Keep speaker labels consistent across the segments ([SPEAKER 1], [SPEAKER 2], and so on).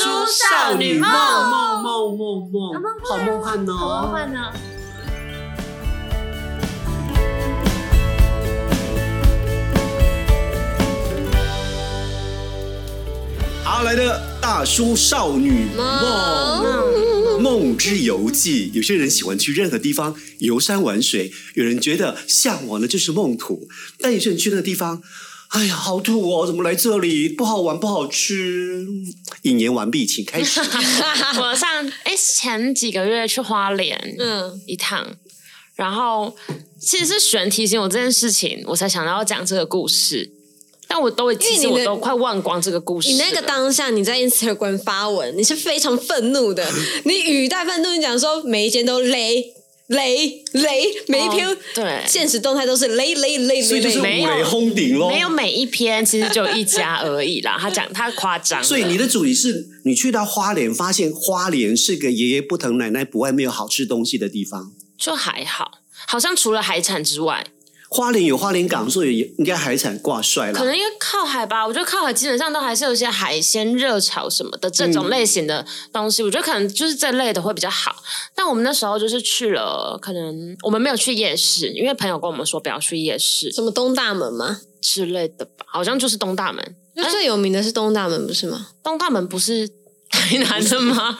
[SPEAKER 1] 少女梦
[SPEAKER 2] 梦梦梦梦，好梦幻哦！
[SPEAKER 1] 好梦幻呢。
[SPEAKER 3] 好，来的大叔少女
[SPEAKER 2] 哦
[SPEAKER 3] 梦梦之游记，有些人喜欢去任何地方游山玩水，有人觉得向往的就是梦土，但有些人去那个地方，哎呀，好土哦，怎么来这里？不好玩，不好
[SPEAKER 1] 嗯
[SPEAKER 3] 吃。引言完毕，请开始。
[SPEAKER 1] 我上哎前几个月去花莲
[SPEAKER 4] 嗯，
[SPEAKER 1] 一趟，然后其实是璇提醒我这件事情，我才想到要讲这个故事。但我都已
[SPEAKER 4] 因为
[SPEAKER 1] 其
[SPEAKER 4] 你
[SPEAKER 1] 实我
[SPEAKER 4] 的
[SPEAKER 1] 都快忘光这个故事了。哦
[SPEAKER 4] 你那个当下你在 Instagram 发文，你是非常愤怒的，你语带愤怒，你讲说每一间都雷雷雷，每一篇
[SPEAKER 1] 哦对
[SPEAKER 4] 现实动态都是雷雷雷
[SPEAKER 3] 所
[SPEAKER 4] 雷
[SPEAKER 3] 以就是五
[SPEAKER 4] 雷。
[SPEAKER 1] 没有
[SPEAKER 3] 雷轰顶喽。
[SPEAKER 1] 没有每一篇，其实就一家而已啦。他讲他夸张了，
[SPEAKER 3] 所以你的主题是你去到花莲，发现花莲是个爷爷不疼奶奶不爱没有好吃东西的地方。
[SPEAKER 1] 就还好，好像除了海产之外，
[SPEAKER 3] 花莲有花莲港，所以也应该海产挂帅
[SPEAKER 1] 可
[SPEAKER 3] 了。
[SPEAKER 1] 能因为靠海吧，我觉得靠海基本上都还是有一些海鲜热炒什么的这种类型的东西，我觉得可能就是这类的会比较好。但我们那时候就是去了，可能我们没有去夜市，因为朋友跟我们说不要去夜市
[SPEAKER 4] 什么东大门吗？
[SPEAKER 1] 之类的吧，好像就是东大门。
[SPEAKER 4] 那最有名的是东大门，不是吗？
[SPEAKER 1] 东大门不是 台南的吗？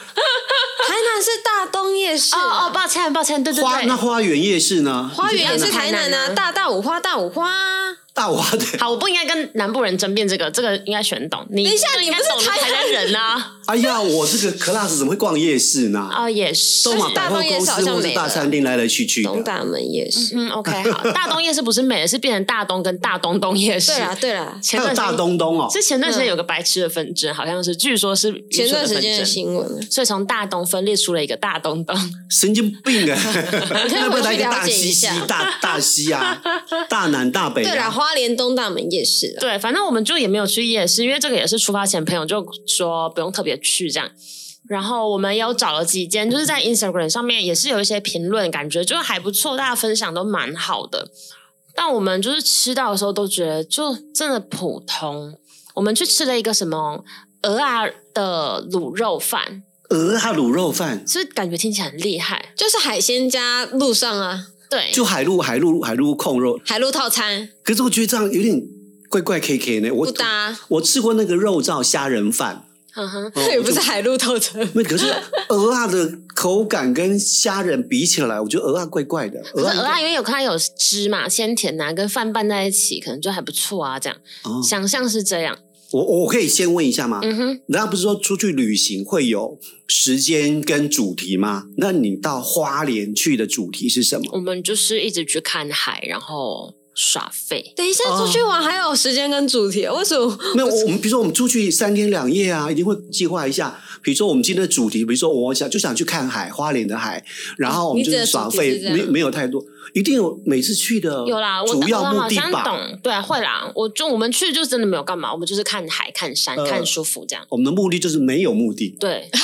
[SPEAKER 4] 台南是大东夜市
[SPEAKER 1] 哦
[SPEAKER 4] 啊
[SPEAKER 1] 哦，抱歉抱歉，对对
[SPEAKER 3] 花那
[SPEAKER 1] 对。
[SPEAKER 3] 花园夜市呢？
[SPEAKER 4] 花园也是台南
[SPEAKER 1] 台南
[SPEAKER 4] 啊，
[SPEAKER 1] 啊
[SPEAKER 4] 大大五花，大五花啊。
[SPEAKER 3] 大华的。
[SPEAKER 1] 好， 我不应该跟南部人争辩这个，这个应该选懂。你
[SPEAKER 4] 等一下
[SPEAKER 1] 这个应该
[SPEAKER 4] 你不是
[SPEAKER 1] 懂得
[SPEAKER 4] 台南
[SPEAKER 1] 台南人啊？
[SPEAKER 3] 哎呀，我这个 class 怎么会逛夜市呢？
[SPEAKER 1] 啊、也是
[SPEAKER 3] 都。嘛百
[SPEAKER 4] 大
[SPEAKER 3] 货
[SPEAKER 4] 东夜
[SPEAKER 3] 公
[SPEAKER 4] 市
[SPEAKER 3] 司
[SPEAKER 4] 好像
[SPEAKER 3] 或
[SPEAKER 4] 没
[SPEAKER 3] 是
[SPEAKER 4] 了
[SPEAKER 3] 大餐厅来来去去
[SPEAKER 4] 东
[SPEAKER 3] 的。
[SPEAKER 4] 大门夜市。
[SPEAKER 1] 嗯，OK，好，大东夜市不是美，是变成大东跟大东东夜市。
[SPEAKER 4] 对啦，啊对啦，
[SPEAKER 1] 前
[SPEAKER 3] 还有
[SPEAKER 1] 段时间
[SPEAKER 3] 大东东哦，
[SPEAKER 1] 是前段时间有个白痴的纷争，好像是，据说是渔
[SPEAKER 4] 前
[SPEAKER 1] 村
[SPEAKER 4] 段时间的
[SPEAKER 1] 纷争，
[SPEAKER 4] 新闻。啊
[SPEAKER 1] 所以从大东分裂出了一个大东东。
[SPEAKER 3] 神经病哎！
[SPEAKER 4] 以
[SPEAKER 3] 要不要来一个大
[SPEAKER 4] 回去了解
[SPEAKER 3] 西西
[SPEAKER 4] 一下、
[SPEAKER 3] 大大西啊、大南、大北
[SPEAKER 4] 对啦，
[SPEAKER 3] 啊？
[SPEAKER 4] 花莲东大门夜市啊啦。
[SPEAKER 1] 对，反正我们就也没有去夜市，因为这个也是出发前朋友就说不用特别去这样。然后我们有找了几间，就是在 Instagram 上面也是有一些评论，感觉就还不错，大家分享都蛮好的。但我们就是吃到的时候都觉得就真的普通。我们去吃了一个什么鹅啊的卤肉饭，
[SPEAKER 3] 鹅和卤肉饭，
[SPEAKER 1] 是不是感觉听起来很厉害？
[SPEAKER 4] 就是海鲜加路上啊，
[SPEAKER 1] 对，
[SPEAKER 3] 就海陆海陆海陆控肉。
[SPEAKER 4] 海陆套餐
[SPEAKER 3] 可是我觉得这样有点怪怪 K K 呢。
[SPEAKER 4] 不
[SPEAKER 3] 我
[SPEAKER 4] 搭，
[SPEAKER 3] 我吃过那个肉燥虾仁饭，
[SPEAKER 1] 嗯哼，
[SPEAKER 3] 哦
[SPEAKER 4] 这 也不是
[SPEAKER 3] 我就
[SPEAKER 4] 海陆套餐。
[SPEAKER 3] 没有 可是鹅啊的口感跟虾仁比起来，我觉得鹅啊怪怪的。
[SPEAKER 1] 可是鹅
[SPEAKER 3] 啊
[SPEAKER 1] 啊，因为有看它有汁嘛，鲜甜呐、跟饭拌在一起，可能就还不错啊。这样、
[SPEAKER 3] 哦
[SPEAKER 1] 想象是这样，
[SPEAKER 3] 我我可以先问一下吗？
[SPEAKER 1] 嗯哼，
[SPEAKER 3] 那不是说出去旅行会有时间跟主题吗？那你到花莲去的主题是什么？
[SPEAKER 1] 我们就是一直去看海，然后耍废。
[SPEAKER 4] 等一下
[SPEAKER 3] 哦
[SPEAKER 4] 出去玩还有时间跟主题，为什么？
[SPEAKER 3] 那我们比如说我们出去三天两夜啊，一定会计划一下。比如说我们今天的主题，比如说我想就想去看海，花莲的海，然
[SPEAKER 1] 嗯
[SPEAKER 3] 后我们
[SPEAKER 4] 你
[SPEAKER 3] 就
[SPEAKER 4] 指的
[SPEAKER 3] 是耍
[SPEAKER 4] 主题是
[SPEAKER 3] 费
[SPEAKER 4] 这，样
[SPEAKER 3] 没没有太多，一定有每次去的
[SPEAKER 1] 有啦，我
[SPEAKER 3] 呃主
[SPEAKER 1] 我
[SPEAKER 3] 要目
[SPEAKER 1] 好
[SPEAKER 3] 的
[SPEAKER 1] 像
[SPEAKER 3] 吧。
[SPEAKER 1] 懂，对、啊，会啦。我就我们去就真的没有干嘛，我们就是看海、看山、
[SPEAKER 3] 呃
[SPEAKER 1] 看舒服这样。
[SPEAKER 3] 我们的目的就是没有目的，
[SPEAKER 1] 对，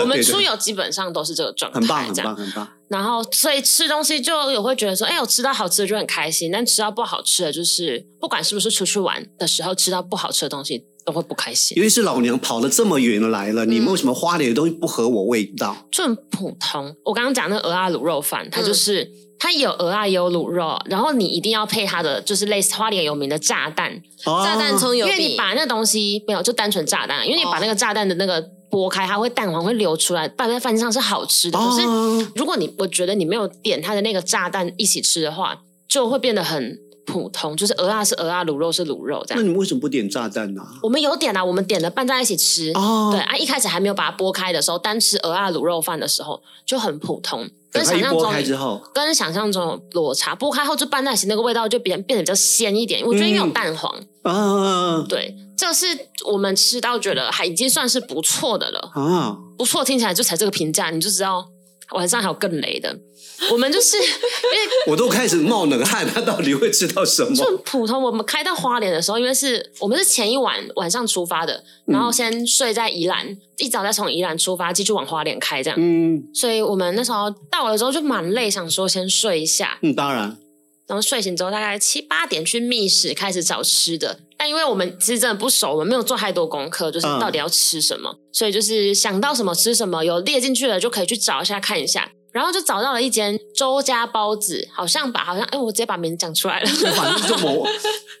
[SPEAKER 1] 我们出游基本上都是这个状态，
[SPEAKER 3] 很棒，很
[SPEAKER 1] 这样。
[SPEAKER 3] 棒，很棒。
[SPEAKER 1] 然后，所以吃东西就也会觉得说，哎，我吃到好吃的就很开心，但吃到不好吃的，就是不管是不是出去玩的时候，吃到不好吃的东西都会不开心。
[SPEAKER 3] 尤其是老娘跑了这么远来
[SPEAKER 1] 嗯
[SPEAKER 3] 了，你们为什么花莲的东西不合我味道？
[SPEAKER 1] 就很普通。我刚刚讲那个鹅啊卤肉饭，它就是、它有鹅啊也有卤肉，然后你一定要配它的就是类似花莲有名的炸弹，
[SPEAKER 3] 哦
[SPEAKER 4] 炸弹葱
[SPEAKER 1] 因
[SPEAKER 4] 油
[SPEAKER 1] 为你
[SPEAKER 4] 饼，
[SPEAKER 1] 把那东西没有就单纯炸弹，因为你把那个炸弹的那个剥开，它会蛋黄会流出来，拌在饭上是好吃的。可是
[SPEAKER 3] 哦，
[SPEAKER 1] 如果你我觉得你没有点它的那个炸弹一起吃的话，就会变得很普通，就是鹅啊是鹅啊，卤肉是卤肉这
[SPEAKER 3] 那
[SPEAKER 1] 样。
[SPEAKER 3] 你们为什么不点炸弹呢？
[SPEAKER 1] 我们有点啊，我们点了拌在一起吃。
[SPEAKER 3] 哦，
[SPEAKER 1] 对啊，一开始还没有把它剥开的时候，单吃鹅啊卤肉饭的时候就很普通，
[SPEAKER 3] 等
[SPEAKER 1] 跟
[SPEAKER 3] 它
[SPEAKER 1] 想
[SPEAKER 3] 一
[SPEAKER 1] 象
[SPEAKER 3] 剥开之
[SPEAKER 1] 中
[SPEAKER 3] 后，
[SPEAKER 1] 跟想象中有落差。剥开后就拌在一起，那个味道就比变得比较鲜一点。我觉得因为有
[SPEAKER 3] 嗯
[SPEAKER 1] 蛋黄，
[SPEAKER 3] 啊
[SPEAKER 1] 对，这是我们吃到觉得啊还已经算是不错的了。
[SPEAKER 3] 啊，
[SPEAKER 1] 不错，听起来就才这个评价，你就知道晚上还有更雷 的。我们就是
[SPEAKER 3] 我都开始冒冷汗，他到底会吃到什
[SPEAKER 1] 就很
[SPEAKER 3] 么？
[SPEAKER 1] 普通。我们开到花莲的时候，因为是我们是前一晚晚上出发的，
[SPEAKER 3] 嗯
[SPEAKER 1] 然后先睡在宜兰，一早再从宜兰出发，继续往花莲开这样。
[SPEAKER 3] 嗯
[SPEAKER 1] 所以我们那时候到了之后就蛮累，想说先睡一下。
[SPEAKER 3] 嗯，当然，
[SPEAKER 1] 然后睡醒之后大概七八点去觅食，开始找吃的。但因为我们其实真的不熟，我们没有做太多功课，就是
[SPEAKER 3] 嗯
[SPEAKER 1] 到底要吃什么，所以就是想到什么吃什么，有列进去了就可以去找一下看一下。然后就找到了一间周家包子，好像吧，好像哎，我直接把名字讲出来了。
[SPEAKER 3] 反正就某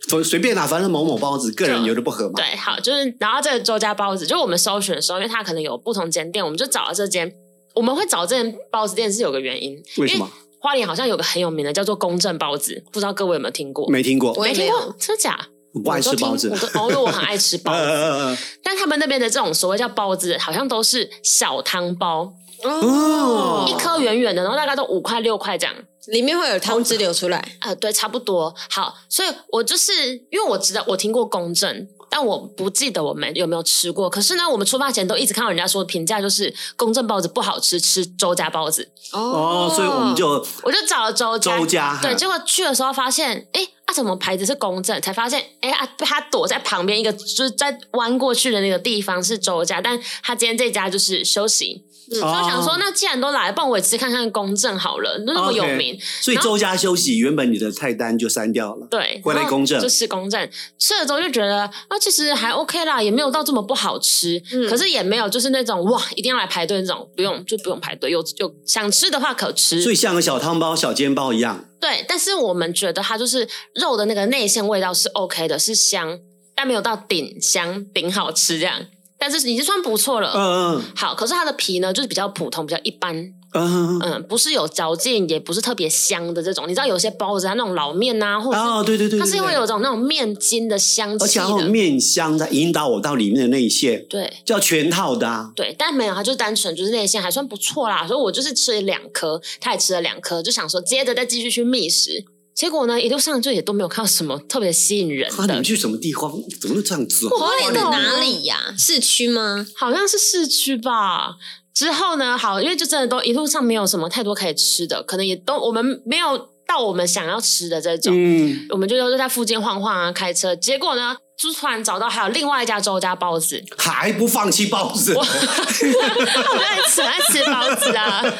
[SPEAKER 3] 随随便啦，反正某某包子，个人有的不合嘛。
[SPEAKER 1] 对，好，就是然后这个周家包子，就我们搜寻的时候，因为它可能有不同间店，我们就找了这间。我们会找这间包子店是有个原因，
[SPEAKER 3] 为什么？
[SPEAKER 1] 花莲好像有个很有名的叫做公正包子，不知道各位有没有听过？
[SPEAKER 3] 没听过，
[SPEAKER 4] 我也
[SPEAKER 1] 没
[SPEAKER 4] 没
[SPEAKER 1] 听过
[SPEAKER 4] 有，，
[SPEAKER 1] 真假？
[SPEAKER 3] 我不爱吃包子
[SPEAKER 1] 我。都听我都哦，因为我很爱吃包
[SPEAKER 3] 呃
[SPEAKER 1] 子，
[SPEAKER 3] 呃呃
[SPEAKER 1] 但他们那边的这种所谓叫包子，好像都是小汤包，
[SPEAKER 3] 哦
[SPEAKER 1] 一颗圆圆的，然后大概都五块六块这样。
[SPEAKER 4] 里面会有汤汁流出来，
[SPEAKER 1] 啊，对，差不多。好，所以我就是因为我知道我听过公正，但我不记得我们有没有吃过。可是呢，我们出发前都一直看到人家说评价就是公正包子不好吃，吃周家包子。
[SPEAKER 3] 哦，所以我们就
[SPEAKER 1] 我就找了周家，
[SPEAKER 3] 周家
[SPEAKER 1] 对，
[SPEAKER 3] 嗯
[SPEAKER 1] 结果去的时候发现，哎，啊，怎么牌子是公正？才发现，哎啊，他躲在旁边一个，就是在弯过去的那个地方是周家，但他今天这家就是休息。
[SPEAKER 4] 嗯
[SPEAKER 1] 所以我想说，
[SPEAKER 3] 哦
[SPEAKER 1] 那既然都来，不然我也吃看看公正好了，那么有
[SPEAKER 3] OK
[SPEAKER 1] 名。
[SPEAKER 3] 所以周家休息，原本你的菜单就删掉了。
[SPEAKER 1] 对，
[SPEAKER 3] 回来
[SPEAKER 1] 然后
[SPEAKER 3] 公正
[SPEAKER 1] 就吃公正，吃了之后就觉得啊，其实还 OK 啦，也没有到这么不好吃，
[SPEAKER 4] 嗯
[SPEAKER 1] 可是也没有就是那种哇一定要来排队那种，不用就不用排队，有有想吃的话可吃。
[SPEAKER 3] 所以像个小汤包、小煎包一样，
[SPEAKER 1] 对，但是我们觉得它就是肉的那个内馅味道是 OK 的，是香，但没有到顶香顶好吃这样，但是已经算不错了。
[SPEAKER 3] 嗯嗯
[SPEAKER 1] 好，可是它的皮呢，就是比较普通，比较一般，
[SPEAKER 3] 嗯嗯，
[SPEAKER 1] 嗯，不是有嚼劲，也不是特别香的这种。你知道有些包子它那种老面啊，或者是
[SPEAKER 3] 哦，对对对，对
[SPEAKER 1] 它是因为
[SPEAKER 3] 对
[SPEAKER 1] 有种那种面筋的香
[SPEAKER 3] 而
[SPEAKER 1] 气
[SPEAKER 3] 且还有
[SPEAKER 1] 的，
[SPEAKER 3] 面香在引导我到里面的内馅，
[SPEAKER 1] 对
[SPEAKER 3] 叫全套的啊。
[SPEAKER 1] 对，但没有，它就单纯就是内馅还算不错啦，所以我就是吃了两颗，他也吃了两颗，就想说接着再继续去觅食。结果呢，一路上就也都没有看到什么特别吸引人
[SPEAKER 3] 啊，你
[SPEAKER 1] 的
[SPEAKER 3] 们，去什么地方？怎么都这样子哦？
[SPEAKER 4] 花莲的哪里呀？市区吗？
[SPEAKER 1] 好像是市区吧。之后呢，好，因为就真的都一路上没有什么太多可以吃的，可能也都我们没有到我们想要吃的这种，
[SPEAKER 3] 嗯，
[SPEAKER 1] 我们就就在附近晃晃啊，开车。结果呢，就突然找到还有另外一家周家包子，
[SPEAKER 3] 还不放弃包子，
[SPEAKER 1] 我就爱吃爱吃包子啊。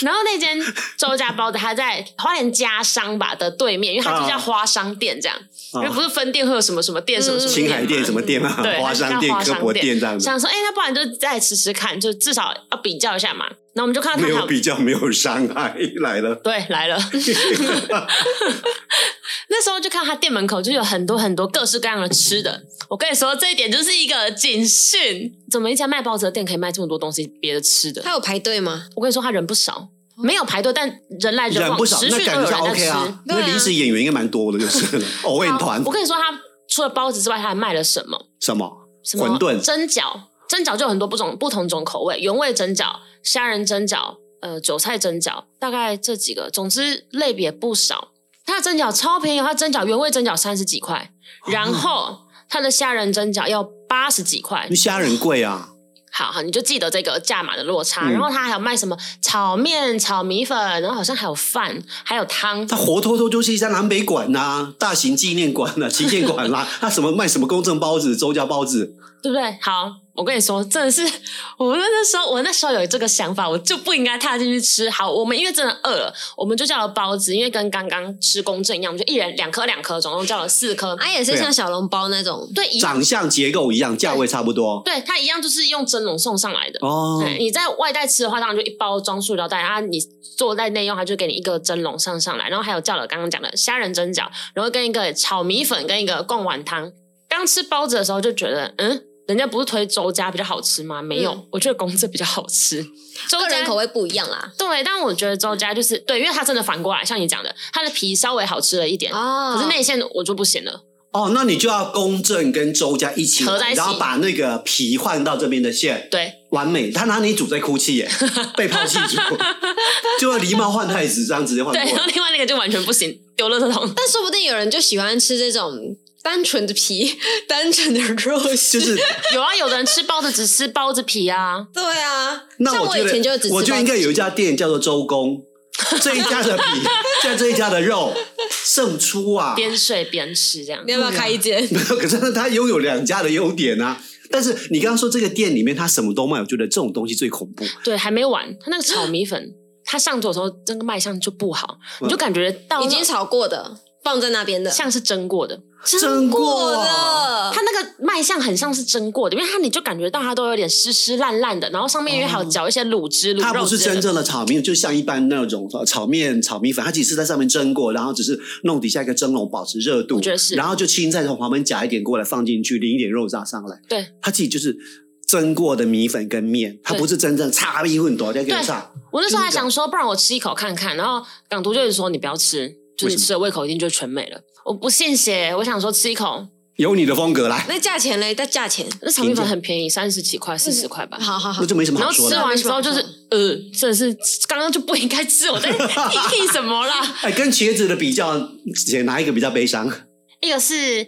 [SPEAKER 1] 然后那间周家包子，它在花莲家商吧的对面，因为它就叫花商店这样，因为不
[SPEAKER 3] 啊
[SPEAKER 1] 是分店会有什么什么店什么什么
[SPEAKER 3] 青海店
[SPEAKER 1] 店
[SPEAKER 3] 什
[SPEAKER 1] 嘛。
[SPEAKER 3] 么店啊
[SPEAKER 1] 对，
[SPEAKER 3] 花商店、
[SPEAKER 1] 它就叫
[SPEAKER 3] 科
[SPEAKER 1] 花
[SPEAKER 3] 博
[SPEAKER 1] 商店
[SPEAKER 3] 店这样子，
[SPEAKER 1] 想说，哎、那不然就再吃吃看，就至少要比较一下嘛。然后我们就看到
[SPEAKER 3] 没
[SPEAKER 1] 它还
[SPEAKER 3] 有
[SPEAKER 1] 有
[SPEAKER 3] 比较，没有伤害，来了。
[SPEAKER 1] 对来了， 那时候就看他店门口就有很多很多各式各样的吃的。我跟你说，这一点就是一个警讯，怎么一家卖包子的店可以卖这么多东西别的吃的？
[SPEAKER 4] 他有排队吗？
[SPEAKER 1] 我跟你说，他人不少，没有排队，但人来
[SPEAKER 3] 哦人
[SPEAKER 1] 往，
[SPEAKER 3] 不少，
[SPEAKER 1] 持
[SPEAKER 3] 那
[SPEAKER 1] 续都
[SPEAKER 3] 感
[SPEAKER 1] 有
[SPEAKER 3] 觉
[SPEAKER 1] 人在
[SPEAKER 3] OK
[SPEAKER 1] 吃。
[SPEAKER 3] 啊。
[SPEAKER 4] 对啊
[SPEAKER 3] 那临时演员应该蛮多的，就是了。偶演
[SPEAKER 1] 好
[SPEAKER 3] 团
[SPEAKER 1] 我跟你说，他除了包子之外，他还卖了什么？
[SPEAKER 3] 什么
[SPEAKER 1] 什么
[SPEAKER 3] 馄饨、
[SPEAKER 1] 蒸饺，蒸饺就有很多不种不同种口味，原味蒸饺、虾仁蒸饺、呃韭菜蒸饺，大概这几个，总之类别不少。它的蒸饺超便宜，它蒸饺原味蒸饺三十几块，然后它的虾仁蒸饺要八十几块
[SPEAKER 3] 那，虾仁贵啊？
[SPEAKER 1] 好好，你就记得这个价码的落差。
[SPEAKER 3] 嗯
[SPEAKER 1] 然后它还有卖什么炒面、炒米粉，然后好像还有饭，还有汤。
[SPEAKER 3] 它活脱脱就是一家南北馆呐、大型纪念馆呐、旗舰馆啦、它什么卖什么公正包子、周家包子，
[SPEAKER 1] 对不对？好，我跟你说，真的是，我那时候我那时候有这个想法，我就不应该踏进去吃。好，我们因为真的饿了，我们就叫了包子，因为跟刚刚吃公正一样，我们就一人两颗两颗，总共叫了四颗。
[SPEAKER 4] 啊，也是像小笼包那种，
[SPEAKER 1] 对，一样，
[SPEAKER 3] 长相结构一样，价位差不多。
[SPEAKER 1] 对它一样就是用蒸笼送上来的。
[SPEAKER 3] 哦，
[SPEAKER 1] 对，你在外带吃的话，当然就一包装塑料袋，然后你坐在内用，它就给你一个蒸笼上上来，然后还有叫了刚刚讲的虾仁蒸饺，然后跟一个炒米粉，跟一个贡丸汤。刚吃包子的时候就觉得，嗯，人家不是推周家比较好吃吗？没有，
[SPEAKER 4] 嗯
[SPEAKER 1] 我觉得公正比较好 吃。周
[SPEAKER 4] 个
[SPEAKER 1] 家
[SPEAKER 4] 人口味不一样啦。
[SPEAKER 1] 对，但我觉得周家就是对，因为它真的反过来，像你讲的，它的皮稍微好吃了一点，
[SPEAKER 4] 哦，
[SPEAKER 1] 可是内馅我就不行了。
[SPEAKER 3] 哦，那你就要公正跟周家一起
[SPEAKER 1] 合在一起
[SPEAKER 3] 然后把那个皮换到这边的馅，
[SPEAKER 1] 对，
[SPEAKER 3] 完美。他拿你煮在哭泣耶，被抛弃煮，就要狸猫换太子这样直接换
[SPEAKER 1] 对，
[SPEAKER 3] 过
[SPEAKER 1] 然
[SPEAKER 3] 来
[SPEAKER 1] 后。另外那个就完全不行，丢垃圾桶。
[SPEAKER 4] 但说不定有人就喜欢吃这种单纯的皮、 单纯的肉
[SPEAKER 3] 就
[SPEAKER 4] 馅。
[SPEAKER 3] 是，
[SPEAKER 1] 有啊，有的人吃包子只吃包子皮啊，
[SPEAKER 4] 对啊，
[SPEAKER 3] 那
[SPEAKER 4] 像
[SPEAKER 3] 我觉
[SPEAKER 4] 以
[SPEAKER 3] 得，
[SPEAKER 4] 前就只吃
[SPEAKER 3] 我觉得应该
[SPEAKER 4] 包子
[SPEAKER 3] 有一家店叫做周公，这一家的皮加这一家的肉胜出啊。
[SPEAKER 1] 边睡边吃这样
[SPEAKER 4] 你。要不要开一间？
[SPEAKER 3] 没 有，可是它拥有两家的优点啊。但是你刚刚说这个店里面它什么都卖，我觉得这种东西最恐怖。，
[SPEAKER 1] 对，还没完，他那个炒米粉它上桌的时候，那个卖相就不好，
[SPEAKER 3] 嗯
[SPEAKER 1] 你就感觉到那
[SPEAKER 4] 已经嗯炒过的，放在那边的，
[SPEAKER 1] 像是蒸过的，
[SPEAKER 3] 蒸过
[SPEAKER 4] 的，
[SPEAKER 1] 它那个卖相很像是蒸过的，因为它你就感觉到它都有点湿湿烂烂的，然后上面因为还有嚼一些卤汁、
[SPEAKER 3] 它
[SPEAKER 1] 卤
[SPEAKER 3] 哦不
[SPEAKER 1] 肉之
[SPEAKER 3] 是
[SPEAKER 1] 类的
[SPEAKER 3] 真正的炒面，就像一般那种呃炒面、炒米粉，它只是在上面蒸过，然后只是弄底下一个蒸笼保持热度，
[SPEAKER 1] 我觉得是
[SPEAKER 3] 然后就青菜从旁边夹一点过来放进去，淋一点肉渣上来。
[SPEAKER 1] 对，
[SPEAKER 3] 它自己就是蒸过的米粉跟面，它
[SPEAKER 1] 对
[SPEAKER 3] 不是真正擦一混多再给你
[SPEAKER 1] 对
[SPEAKER 3] 上。
[SPEAKER 1] 我那时候还想说，不然我吃一口看看。然后港都就是说你不要吃，就
[SPEAKER 3] 为什
[SPEAKER 1] 是你
[SPEAKER 3] 么
[SPEAKER 1] 吃了胃口一定就全没了。我不信邪，我想说吃一口。
[SPEAKER 3] 有你的风格来，
[SPEAKER 4] 那价钱嘞？那价钱，
[SPEAKER 1] 那炒米粉很便宜，三十几块、四 十块吧。
[SPEAKER 4] 啊好好好
[SPEAKER 3] 那，就没什么
[SPEAKER 1] 然
[SPEAKER 3] 好
[SPEAKER 1] 后
[SPEAKER 3] 说
[SPEAKER 1] 吃
[SPEAKER 3] 的。
[SPEAKER 1] 完之后就是
[SPEAKER 4] 好
[SPEAKER 1] 呃，真的是刚刚就不应该吃，我 在批评什么啦？
[SPEAKER 3] 哎，跟茄子的比较，哪一个比较悲伤？
[SPEAKER 1] 一个是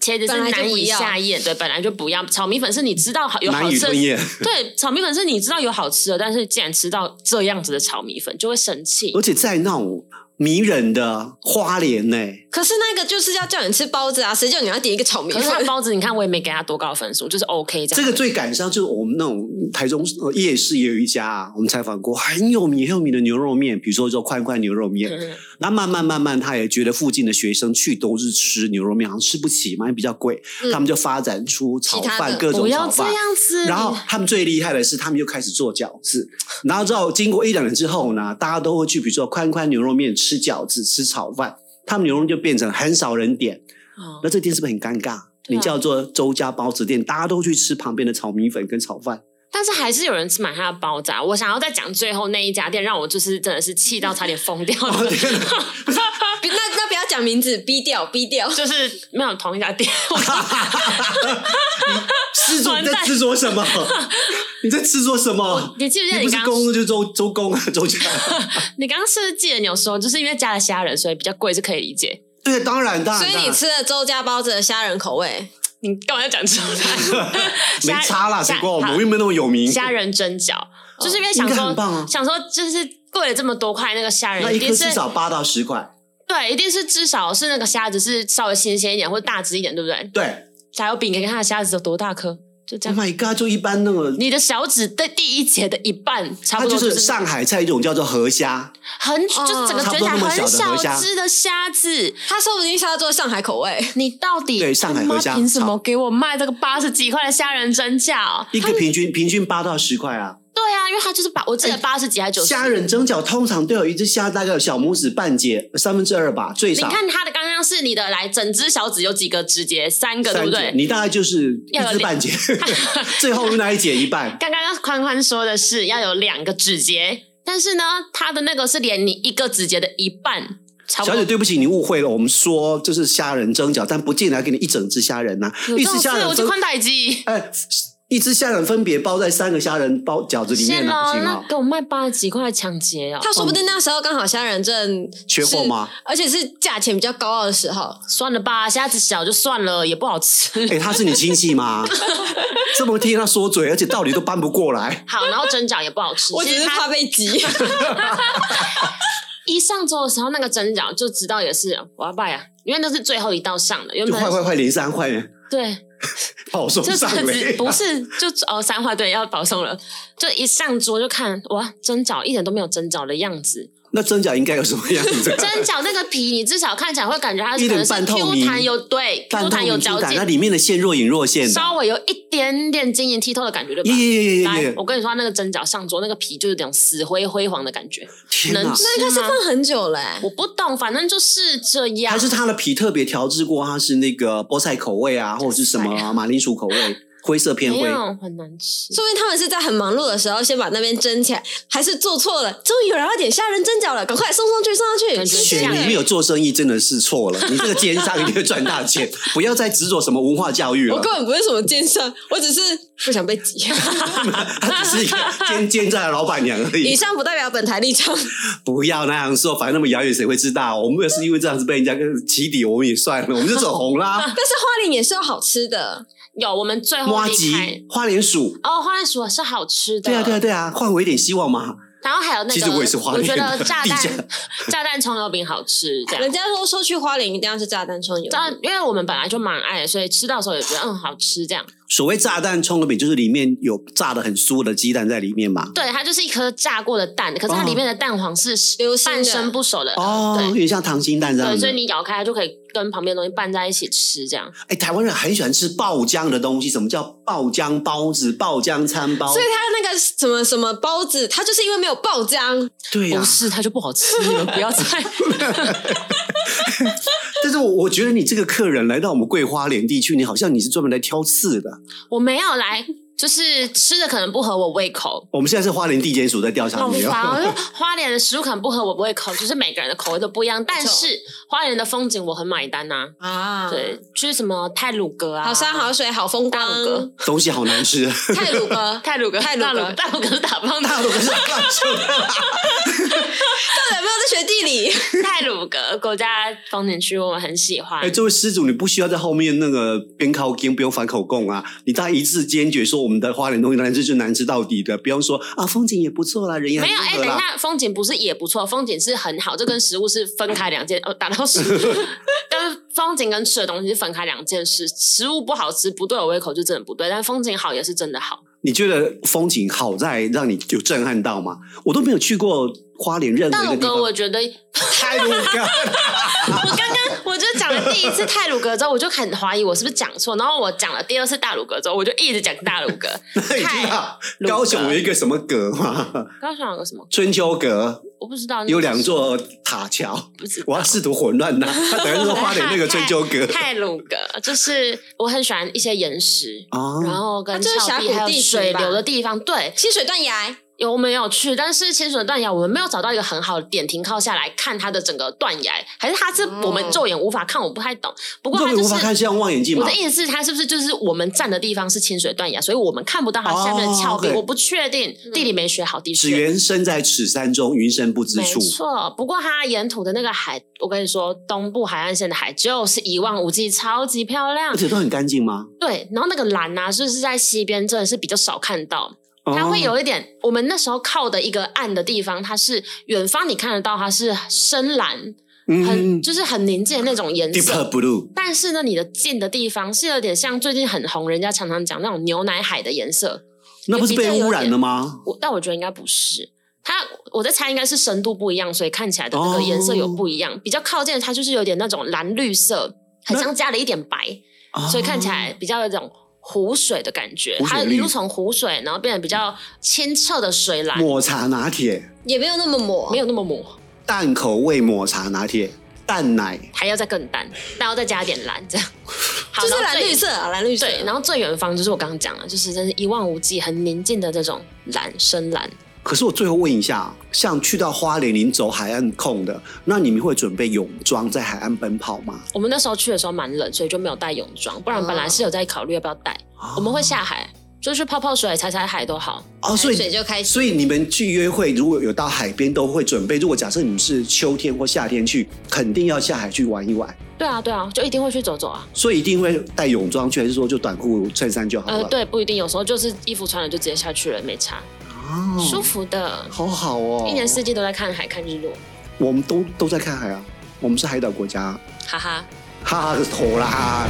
[SPEAKER 1] 茄子
[SPEAKER 4] 本来
[SPEAKER 1] 是
[SPEAKER 4] 就
[SPEAKER 1] 难
[SPEAKER 4] 不
[SPEAKER 1] 以
[SPEAKER 4] 要
[SPEAKER 1] 下咽，对，本来就不要。炒米粉是你知道好有
[SPEAKER 3] 难
[SPEAKER 1] 好
[SPEAKER 3] 以
[SPEAKER 1] 吃的
[SPEAKER 3] 吞咽。
[SPEAKER 1] 对，炒米粉是你知道有好吃的，但是既然吃到这样子的炒米粉，就会生气
[SPEAKER 3] 而。且在那种迷人的花莲呢、
[SPEAKER 4] 可是那个就是要叫你吃包子啊，谁叫你要点一个炒米
[SPEAKER 1] 可是它
[SPEAKER 4] 粉？
[SPEAKER 1] 包子，你看我也没给它多高的分数，就是 OK 这
[SPEAKER 3] 这
[SPEAKER 4] 啊
[SPEAKER 1] 样。
[SPEAKER 3] 个最感伤就是我们那种台中呃夜市也有一家、啊，我们采访过很有名很有名的牛肉面，比如说叫宽宽牛肉面。
[SPEAKER 1] 嗯
[SPEAKER 3] 那慢慢慢慢，他也觉得附近的学生去都是吃牛肉面，好像吃不起嘛，也比较贵，
[SPEAKER 4] 嗯
[SPEAKER 3] 他们就发展出炒
[SPEAKER 4] 其他
[SPEAKER 3] 饭
[SPEAKER 4] 的
[SPEAKER 3] 各种
[SPEAKER 1] 不
[SPEAKER 3] 炒
[SPEAKER 1] 要这
[SPEAKER 3] 饭。
[SPEAKER 1] 样子。
[SPEAKER 3] 然后他们最厉害的是，他们就开始做饺子。然后之后经过一两年之后呢，大家都会去，比如说宽宽牛肉面吃饺子、吃炒饭，他们牛肉面就变成很少人点，
[SPEAKER 1] 哦
[SPEAKER 3] 那这店是不是很尴尬？
[SPEAKER 1] 啊
[SPEAKER 3] 你叫做周家包子店，大家都去吃旁边的炒米粉跟炒 饭，
[SPEAKER 1] 但是还是有人吃买他的包子、啊。我想要再讲最后那一家店，让我就是真的是气到差点疯掉
[SPEAKER 3] 哦
[SPEAKER 1] 的
[SPEAKER 4] 别那那不要讲名字，逼掉逼 掉。
[SPEAKER 1] 就是没有同一 家店。我刚
[SPEAKER 3] 执着
[SPEAKER 1] 完
[SPEAKER 3] 你
[SPEAKER 1] 蛋
[SPEAKER 3] 在执着什 么？你在执着什么？
[SPEAKER 1] 你记不记得
[SPEAKER 3] 你
[SPEAKER 1] 你
[SPEAKER 3] 不
[SPEAKER 1] 刚
[SPEAKER 3] 是公就周周公啊， 周 家。
[SPEAKER 1] 你刚刚是不是记得你有说，就是因为加了虾仁，所以比较贵，是可以理解。
[SPEAKER 3] 对，当然当
[SPEAKER 4] 所
[SPEAKER 3] 然，
[SPEAKER 4] 以
[SPEAKER 3] 当
[SPEAKER 4] 你
[SPEAKER 3] 然
[SPEAKER 4] 吃了周家包子的虾仁口味，
[SPEAKER 1] 你干嘛要讲出 来？
[SPEAKER 3] 没
[SPEAKER 1] 虾
[SPEAKER 3] 差啦，谁
[SPEAKER 1] 虾
[SPEAKER 3] 管我们？
[SPEAKER 1] 好
[SPEAKER 3] 我又没有那么有名。
[SPEAKER 1] 虾仁蒸饺，就是因为想
[SPEAKER 3] 应该
[SPEAKER 1] 说
[SPEAKER 3] 哦很棒啊，
[SPEAKER 1] 想说就是贵了这么多块，那个虾
[SPEAKER 3] 那
[SPEAKER 1] 仁
[SPEAKER 3] 一
[SPEAKER 1] 一
[SPEAKER 3] 颗
[SPEAKER 1] 定是
[SPEAKER 3] 至少八到十块，
[SPEAKER 1] 对，一定是至少是那个虾子是稍微新鲜一点或者大只一点，对不对？
[SPEAKER 3] 对。
[SPEAKER 1] 才有饼给看它的虾子有多大颗，就这
[SPEAKER 3] Oh
[SPEAKER 1] 样。
[SPEAKER 3] my god！就一般那个，
[SPEAKER 1] 你的小指的第一节的一半，差
[SPEAKER 3] 它就
[SPEAKER 1] 不多
[SPEAKER 3] 是
[SPEAKER 1] 是
[SPEAKER 3] 上海菜一种叫做河虾，
[SPEAKER 1] 很，就是整个
[SPEAKER 3] 差不
[SPEAKER 1] 卷起
[SPEAKER 3] 多
[SPEAKER 1] 来
[SPEAKER 3] 那么
[SPEAKER 1] 很
[SPEAKER 3] 小的河虾
[SPEAKER 1] 小只的虾子。
[SPEAKER 4] 他说不定是要做上海口味。
[SPEAKER 1] 你到底
[SPEAKER 3] 对上海
[SPEAKER 1] 他妈
[SPEAKER 3] 河虾
[SPEAKER 1] 凭什么给我卖这个八十几块的虾仁蒸饺？
[SPEAKER 3] 一个平均平均八到十块啊。
[SPEAKER 1] 对啊，因为他就是把我记得八十几还是九十。
[SPEAKER 3] 哎虾仁蒸饺通常都有一只虾，大概有小拇指半截，三分之二吧，最
[SPEAKER 1] 你
[SPEAKER 3] 少。
[SPEAKER 1] 看他的刚刚是你的来，整只小指有几个指节？三个，对
[SPEAKER 3] 三
[SPEAKER 1] 不对
[SPEAKER 3] 节，？你大概就是一
[SPEAKER 1] 要有
[SPEAKER 3] 只半截， 最后那一节一半。
[SPEAKER 1] 刚刚宽宽说的是要有两个指节，但是呢，他的那个是连你一个指节的一半， 差不
[SPEAKER 3] 小姐，
[SPEAKER 1] 多。
[SPEAKER 3] 对不起，你误会了。我们说这是虾仁蒸饺，但不见得要给你一整只虾仁呐、
[SPEAKER 1] 有
[SPEAKER 3] 一
[SPEAKER 1] 这
[SPEAKER 3] 只
[SPEAKER 1] 种事
[SPEAKER 3] 虾，仁
[SPEAKER 1] 我
[SPEAKER 3] 分
[SPEAKER 1] 就宽带机。
[SPEAKER 3] 哎，一只虾仁分别包在三个虾仁包饺子里面
[SPEAKER 1] 是
[SPEAKER 3] 呢、
[SPEAKER 1] 吗？
[SPEAKER 3] 不行
[SPEAKER 1] 那
[SPEAKER 3] 啊，
[SPEAKER 1] 给我卖八十几块抢劫啊！
[SPEAKER 4] 他说不定那时候刚好虾仁正
[SPEAKER 3] 缺货吗？
[SPEAKER 4] 是而且是价钱比较高傲的时候，
[SPEAKER 1] 哦算了吧，虾子小就算了，也不好 吃。
[SPEAKER 3] 哎、他是你亲戚 吗？这么听他说嘴，而且道理都搬不过 来。
[SPEAKER 1] 好，然后蒸饺也不好吃。
[SPEAKER 4] 我
[SPEAKER 1] 其
[SPEAKER 4] 只
[SPEAKER 1] 实
[SPEAKER 4] 是
[SPEAKER 1] 他
[SPEAKER 4] 怕被 挤。
[SPEAKER 1] 一上桌的时候，那个蒸饺就知道也是我要拜啊，因为那是最后一道上的，原
[SPEAKER 3] 就
[SPEAKER 1] 本
[SPEAKER 3] 坏坏坏，连三块，
[SPEAKER 1] 对，
[SPEAKER 3] 把哦我送
[SPEAKER 1] 就
[SPEAKER 3] 上
[SPEAKER 1] 是
[SPEAKER 3] 嘞
[SPEAKER 1] 只。不是就哦三花对要保送了，就一上桌就看哇蒸饺一点都没有蒸饺的样子，
[SPEAKER 3] 那蒸饺应该有什么样 子？
[SPEAKER 1] 蒸饺那个皮你至少看起来会感觉它
[SPEAKER 3] 一
[SPEAKER 1] 是可
[SPEAKER 3] 点
[SPEAKER 1] 能是
[SPEAKER 3] 半透
[SPEAKER 1] Q
[SPEAKER 3] 明
[SPEAKER 1] 弹有对 Q 弹有
[SPEAKER 3] 胶
[SPEAKER 1] 嚼
[SPEAKER 3] 那
[SPEAKER 1] 劲，
[SPEAKER 3] 里面的馅若隐若现的。
[SPEAKER 1] 稍微有一点点晶莹剔透的感觉对吧
[SPEAKER 3] 耶？耶耶耶
[SPEAKER 1] 来
[SPEAKER 3] 耶，
[SPEAKER 1] 我！跟你说，它那个蒸饺上桌那个皮就是那种死灰灰黄的感觉，
[SPEAKER 3] 天
[SPEAKER 1] 能
[SPEAKER 3] 哪！
[SPEAKER 1] 吃
[SPEAKER 4] 那应该是
[SPEAKER 1] 吗
[SPEAKER 4] 放很久了 欸、
[SPEAKER 1] 我不懂，反正就是这样。
[SPEAKER 3] 还是它的皮特别调制过，它是那个菠菜口味啊，或者是什么啊马铃薯口味，灰色偏
[SPEAKER 1] 没
[SPEAKER 3] 灰。
[SPEAKER 1] 有很难吃，
[SPEAKER 4] 说明他们是在很忙碌的时候先把那边蒸起来，还是做错了？终于有人要点虾仁蒸饺了，赶快送上去，送上去！
[SPEAKER 1] 感觉
[SPEAKER 4] 是
[SPEAKER 1] 这
[SPEAKER 3] 你
[SPEAKER 1] 样
[SPEAKER 3] 没有做生意真的是错了，你这个奸商一定会赚大 钱，不要再执着什么文化教育
[SPEAKER 4] 我
[SPEAKER 3] 了
[SPEAKER 4] 根。本不是什么奸商，我只是不想被挤。
[SPEAKER 3] 他只 是一个奸奸诈的老板娘而
[SPEAKER 4] 以
[SPEAKER 3] 已。
[SPEAKER 4] 上不代表本台立 场。
[SPEAKER 3] 不要那样说，反正那么遥远，谁会知道？我们也是因为这样子被人家起底，我们也算了，我们就走红啦。
[SPEAKER 4] 但是花莲也是有好吃的，
[SPEAKER 1] 有 我们最后
[SPEAKER 3] 花
[SPEAKER 1] 离开
[SPEAKER 3] 吉、花莲薯，
[SPEAKER 1] 哦，花栗鼠是好吃的，
[SPEAKER 3] 对啊，对啊，对啊，换回一点希望嘛。
[SPEAKER 1] 然后还有那个，
[SPEAKER 3] 其实我也是花
[SPEAKER 1] 我
[SPEAKER 3] 莲
[SPEAKER 1] 觉
[SPEAKER 3] 的
[SPEAKER 1] 得炸
[SPEAKER 3] 地下
[SPEAKER 1] 弹 炸弹葱油饼好吃，这
[SPEAKER 4] 人
[SPEAKER 1] 样。
[SPEAKER 4] 家都说啊去花莲一定要吃炸弹葱油饼。
[SPEAKER 1] 但因为我们本来就蛮爱，所以吃到的时候也觉得嗯好吃这样。
[SPEAKER 3] 所谓炸弹葱油饼，就是里面有炸的很酥的鸡蛋在里面嘛。
[SPEAKER 1] 对，它就是一颗炸过的蛋，可是它
[SPEAKER 3] 哦
[SPEAKER 1] 里面的蛋黄是
[SPEAKER 4] 流心的
[SPEAKER 1] 半生不熟的。
[SPEAKER 3] 哦，有
[SPEAKER 1] 对
[SPEAKER 3] 点像溏心蛋这样
[SPEAKER 1] 对，所以
[SPEAKER 3] 子。
[SPEAKER 1] 你咬开它就可以跟旁边的东西拌在一起吃，这样。
[SPEAKER 3] 哎，台湾人很喜欢吃爆浆的东西，什么叫爆浆包子、爆浆餐包
[SPEAKER 4] 所？以它那个什么什么包子，它就是因为没有爆浆，
[SPEAKER 3] 对呀、
[SPEAKER 1] 不是，它就不好吃，你们 不要再。
[SPEAKER 3] 但是我我觉得你这个客人来到我们桂花莲地区，你好像你是专门来挑刺的。
[SPEAKER 1] 我没有来，就是吃的可能不合我胃口。
[SPEAKER 3] 我们现在是花莲地检署在调查
[SPEAKER 1] 好
[SPEAKER 3] 你
[SPEAKER 1] 烦
[SPEAKER 3] 哦。
[SPEAKER 1] 哦，就花莲的食物可能不合我胃口，就是每个人的口味都不一样。但是花莲的风景我很买单呐、
[SPEAKER 4] 啊，
[SPEAKER 1] 对，，去什么泰鲁阁啊，
[SPEAKER 4] 好山好水好风
[SPEAKER 1] 大
[SPEAKER 4] 光，
[SPEAKER 1] 鲁阁，
[SPEAKER 3] 东西好难吃，
[SPEAKER 4] 泰鲁格
[SPEAKER 1] 泰鲁 阁，
[SPEAKER 4] 泰鲁
[SPEAKER 1] 大
[SPEAKER 4] 阁，
[SPEAKER 1] 大鲁阁是打 棒
[SPEAKER 3] 大
[SPEAKER 1] 的，
[SPEAKER 3] 陆不是乱说的。
[SPEAKER 4] 到底有没有在学地理？
[SPEAKER 1] 泰鲁阁国家风景区我们很喜欢
[SPEAKER 3] 哎，。这位施主，你不需要在后面那个边靠边不用反口供啊！你大家一致坚决说我们的花莲东西难吃就难吃到底的，不用说啊，风景也不错啦，人也很
[SPEAKER 1] 没有，哎、
[SPEAKER 3] 温和
[SPEAKER 1] 等一
[SPEAKER 3] 啦。
[SPEAKER 1] 下，风景不是也不错，风景是很好，这跟食物是分开两件，哦，打到 食物，但是风景跟吃的东西是分开两件事，食物不好吃不对我胃口就真的不对，但风景好也是真的好。
[SPEAKER 3] 你觉得风景好在让你有震撼到吗？我都没有去过花莲任
[SPEAKER 1] 大
[SPEAKER 3] 何一
[SPEAKER 1] 鲁
[SPEAKER 3] 个地
[SPEAKER 1] 阁，我
[SPEAKER 3] 方。
[SPEAKER 1] 觉得
[SPEAKER 3] 太鲁阁，
[SPEAKER 1] 我刚刚我就讲了第一次泰鲁阁之后，我就很怀疑我是不是讲错，然后我讲了第二次大鲁阁之后，我就一直讲大鲁 阁。
[SPEAKER 3] 那你知道
[SPEAKER 1] 鲁阁
[SPEAKER 3] 高雄有一个什么阁吗？
[SPEAKER 1] 高雄有个什么？
[SPEAKER 3] 春秋阁
[SPEAKER 1] 我不知道。
[SPEAKER 3] 有两，座塔桥，
[SPEAKER 1] 不知道
[SPEAKER 3] 我要试图混乱 呐、他等于是花莲那个春秋阁
[SPEAKER 1] 泰鲁阁就是我很喜欢一些岩石。然
[SPEAKER 3] 啊。
[SPEAKER 1] 后跟
[SPEAKER 4] 它就是
[SPEAKER 1] 峭壁
[SPEAKER 4] 峡谷
[SPEAKER 1] 还有
[SPEAKER 4] 地形
[SPEAKER 1] 水
[SPEAKER 4] 吧
[SPEAKER 1] 流的地方，对，
[SPEAKER 4] 清水断崖，
[SPEAKER 1] 有我们有去，但是清水断崖我们没有找到一个很好的点停靠下来看它的整个断崖，还是它是
[SPEAKER 4] 哦
[SPEAKER 1] 我们肉眼无法看，我不太懂。不过
[SPEAKER 3] 肉
[SPEAKER 1] 它
[SPEAKER 3] 眼
[SPEAKER 1] 就
[SPEAKER 3] 无法看
[SPEAKER 1] 是。
[SPEAKER 3] 是用望远镜
[SPEAKER 1] 我
[SPEAKER 3] 吗
[SPEAKER 1] 的？意思是，它是不是就是我们站的地方是清水断崖，所以我们看不到它下面的峭壁？
[SPEAKER 3] 哦，OK
[SPEAKER 1] 我不确定，地理没学好，的
[SPEAKER 3] 只
[SPEAKER 1] 确
[SPEAKER 3] 缘身在此山中，云深不知
[SPEAKER 1] 没
[SPEAKER 3] 处。
[SPEAKER 1] 错。不过它沿途的那个海，我跟你说，东部海岸线的海就是一望无际，超级漂亮
[SPEAKER 3] 而。且都很干净吗？
[SPEAKER 1] 对，然后那个蓝啊，就是在西边真的是比较少看到。它会
[SPEAKER 3] 哦
[SPEAKER 1] 有一点，我们那时候靠的一个岸的地方，它是远方你看得到，它是深蓝，很、
[SPEAKER 3] 嗯
[SPEAKER 1] 就是很宁静的那种颜
[SPEAKER 3] deep
[SPEAKER 1] 色。
[SPEAKER 3] blue
[SPEAKER 1] 但是呢，你的近的地方是有点像最近很红，人家常常讲那种牛奶海的颜色。
[SPEAKER 3] 那不是被污染了吗？
[SPEAKER 1] 我但我觉得应该不是，它我在猜应该是深度不一样，所以看起来的那个颜色
[SPEAKER 3] 哦
[SPEAKER 1] 有不一样。比较靠近的它就是有点那种蓝绿色，很像加了一点白，所以看起来比较有一种。湖水的感觉，
[SPEAKER 3] 湖水
[SPEAKER 1] 它一路
[SPEAKER 3] 绿
[SPEAKER 1] 从湖水，然后变得比较清澈的水蓝
[SPEAKER 3] 哦，抹茶拿铁，
[SPEAKER 4] 也没有那么抹，
[SPEAKER 1] 没有那么母，
[SPEAKER 3] 淡口味抹茶拿铁，淡奶
[SPEAKER 1] 还要再更淡，但要再加点蓝，这样。好
[SPEAKER 4] 就是
[SPEAKER 1] 然后
[SPEAKER 4] 蓝
[SPEAKER 1] 最
[SPEAKER 4] 绿色啊，蓝绿色。
[SPEAKER 1] 对，然后最远方就是我刚刚讲了，就是真是一望无际、很宁静的这种蓝深蓝。
[SPEAKER 3] 可是我最后问一下，像去到花莲，您走海岸控的，那你们会准备泳装在海岸奔跑吗？
[SPEAKER 1] 我们那时候去的时候蛮冷，所以就没有带泳装，不然
[SPEAKER 4] 嗯
[SPEAKER 1] 本来是有在考虑要不要带。我们会下海，就去泡泡水、踩踩海都好。
[SPEAKER 3] 哦，所
[SPEAKER 4] 海
[SPEAKER 3] 以
[SPEAKER 4] 水就开始
[SPEAKER 3] 所以你们去约会，如果有到海边，都会准备。如果假设你们是秋天或夏天去，肯定要下海去玩一玩，
[SPEAKER 1] 对啊，对啊，就一定会去走走啊。
[SPEAKER 3] 所以一定会带泳装去，还是说就短裤衬衫就好了？
[SPEAKER 1] 呃，对，不一定，有时候就是衣服穿了就直接下去了，没差，
[SPEAKER 3] 哦，
[SPEAKER 1] 舒服的。
[SPEAKER 3] 好好哦，
[SPEAKER 1] 呃一年四季都在看海、看日落，
[SPEAKER 3] 我们都都在看海啊，我们是海岛国家，
[SPEAKER 1] 哈哈。
[SPEAKER 3] 哈哈个头啦！